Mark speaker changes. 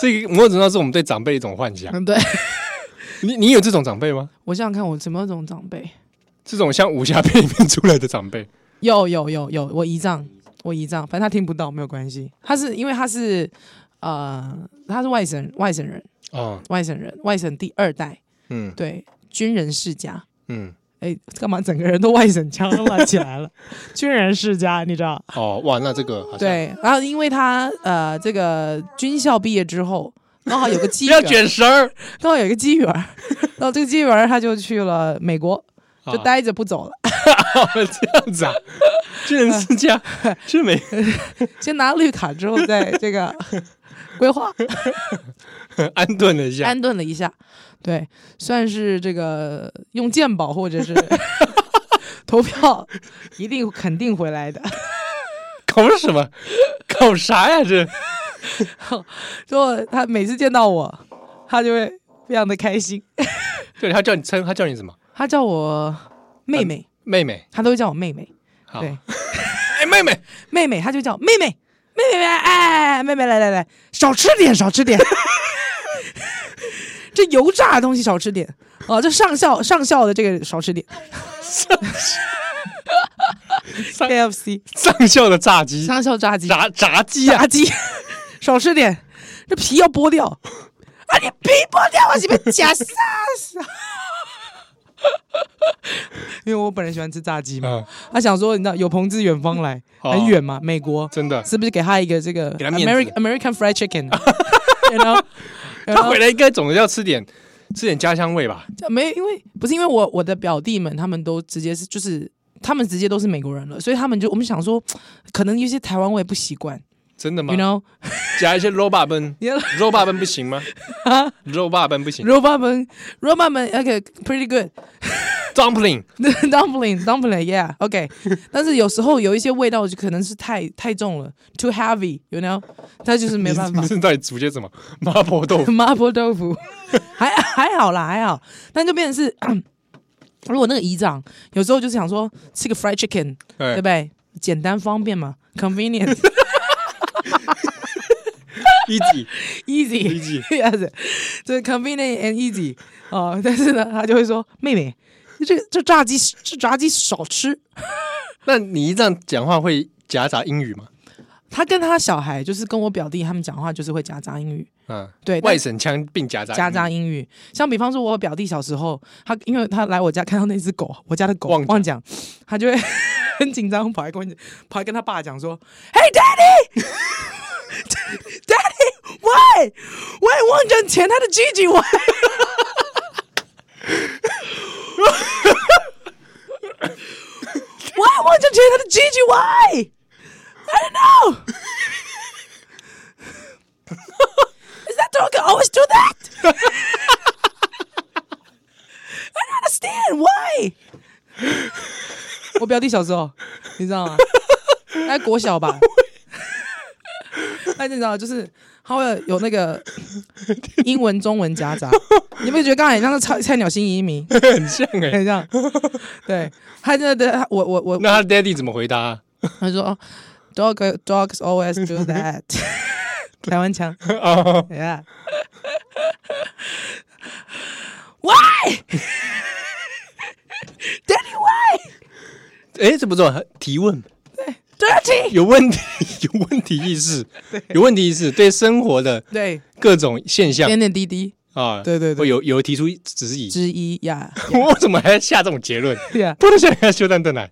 Speaker 1: 这个某种程度上是我们对长辈一种幻想。
Speaker 2: 嗯，对，
Speaker 1: 你你有这种长辈吗？
Speaker 2: 我想想看，我什么种长辈？
Speaker 1: 这种像武侠片里面出来的长辈，
Speaker 2: 有有有有，我姨丈，我姨丈，反正他听不到没有关系。他是因为他是呃，他是外省外省人，
Speaker 1: 哦，
Speaker 2: 外省人，外省第二代，
Speaker 1: 嗯
Speaker 2: 对，军人世家。
Speaker 1: 嗯，
Speaker 2: 哎，干嘛整个人都外省腔了起来 了？军人世家，你知道？
Speaker 1: 哦，哇，那这个好像，
Speaker 2: 对，然后因为他呃，这个军校毕业之后，刚好有个机
Speaker 1: 不
Speaker 2: 缘
Speaker 1: 要，卷绳儿，
Speaker 2: 刚好有一个机缘儿，然后这个机缘儿他就去了美国，就
Speaker 1: 啊
Speaker 2: 待着不走了，
Speaker 1: 这样子啊，军人世家，这没
Speaker 2: 先拿绿卡之后再这个规划
Speaker 1: 安顿了一下，
Speaker 2: 安顿了一下，对，算是这个用鉴宝或者是投票，一定肯定回来的。
Speaker 1: 搞什么？搞啥呀？这
Speaker 2: 之后他每次见到我，他就会非常的开心，
Speaker 1: 对他叫你称，他叫你什么？
Speaker 2: 他叫我妹妹，
Speaker 1: 妹妹。
Speaker 2: 他都会叫我妹妹，
Speaker 1: 好，
Speaker 2: 对。
Speaker 1: 哎，妹妹，
Speaker 2: 妹妹，她就叫妹妹，妹妹，哎，妹妹，来来来，少吃点，少吃点， 这油炸的东西少吃点，哦，这上校上校的这个少吃点
Speaker 1: 上
Speaker 2: ，KFC
Speaker 1: 上校的炸鸡，
Speaker 2: 上校炸鸡，
Speaker 1: 炸炸鸡啊
Speaker 2: 炸！鸡， 少吃点，这皮要剥掉，啊，你皮剥掉，我这边夹啥啥？ 因为我本人喜欢吃炸鸡嘛，
Speaker 1: 嗯，
Speaker 2: 他想说，你知道有朋自远方来，
Speaker 1: 哦
Speaker 2: 很远嘛，美国，
Speaker 1: 真的，
Speaker 2: 是不是给他一个这个
Speaker 1: 给他面子
Speaker 2: American American Fried Chicken？然后
Speaker 1: 他回来应该总要吃点吃点家乡味吧？
Speaker 2: 没有，因为不是因为我我的表弟们他们都直接是就是他们直接都是美国人了，所以他们就我们想说，可能有些台湾我也不习惯
Speaker 1: 真的吗
Speaker 2: ，you？know，
Speaker 1: 夹一些肉霸奔
Speaker 2: 你啊看
Speaker 1: 肉霸奔不行 吗？肉霸奔不行
Speaker 2: robot 们 robot 们 OK，pretty good。
Speaker 1: ，dumpling
Speaker 2: dumpling dumpling yeah OK，但是有时候有一些味道就可能是太太重了，too heavy，you know，它就是没办 法
Speaker 1: 你。是到底煮些什么麻婆豆腐？
Speaker 2: 麻婆豆腐，还还好啦，还好。但就变成是， 如果那个姨丈有时候就是想说吃个 fried chicken，对
Speaker 1: 哎
Speaker 2: 不，对？简单方便嘛，convenient
Speaker 1: 一级
Speaker 2: easy，
Speaker 1: 一级，
Speaker 2: yes，就是 convenient and easy 哦。但是呢，他就会说妹妹。这这炸鸡，这炸鸡少吃。
Speaker 1: 那你一这样讲话会夹杂英语吗？
Speaker 2: 他跟他小孩，就是跟我表弟他们讲话，就是会夹杂英语，
Speaker 1: 嗯，
Speaker 2: 对
Speaker 1: 外省腔并夹杂
Speaker 2: 夹
Speaker 1: 英语
Speaker 2: 杂英语。像比方说，我表弟小时候，他因为他来我家看到那只狗，我家的狗
Speaker 1: 忘讲
Speaker 2: 忘讲，他就会 很紧张，跑来跟我讲跑来跟他爸讲说：“Hey Daddy，Daddy why why 忘讲前他的 Gigi why？” Why 忘讲前他的 Gigi why？I don't know. Is that dog always do that? I don't understand why. 我表弟小时候，你知道 吗？在国小吧。哎，你知道，就是他会有那个英文、中文夹杂，你不觉得刚才很像是菜菜鸟新移民，
Speaker 1: 很像哎。
Speaker 2: 很像？对，他真的，他我我我
Speaker 1: 那他 daddy 怎么回答啊？
Speaker 2: 他说，dog 哦 dogs always do that，台湾腔
Speaker 1: 哦
Speaker 2: ，yeah。Why? Daddy, why?
Speaker 1: 哎，这不错，提问
Speaker 2: Dirty.
Speaker 1: 有问题， 有问题意 识，有问题意识，对生活的
Speaker 2: 对，
Speaker 1: 各种现象
Speaker 2: 点点滴滴
Speaker 1: 啊，
Speaker 2: 对对对
Speaker 1: 会有有提出质疑。
Speaker 2: 之一呀。
Speaker 1: 我为什么还要下这种结论？
Speaker 2: 对呀，
Speaker 1: 不能像人家修蛋蛋奶，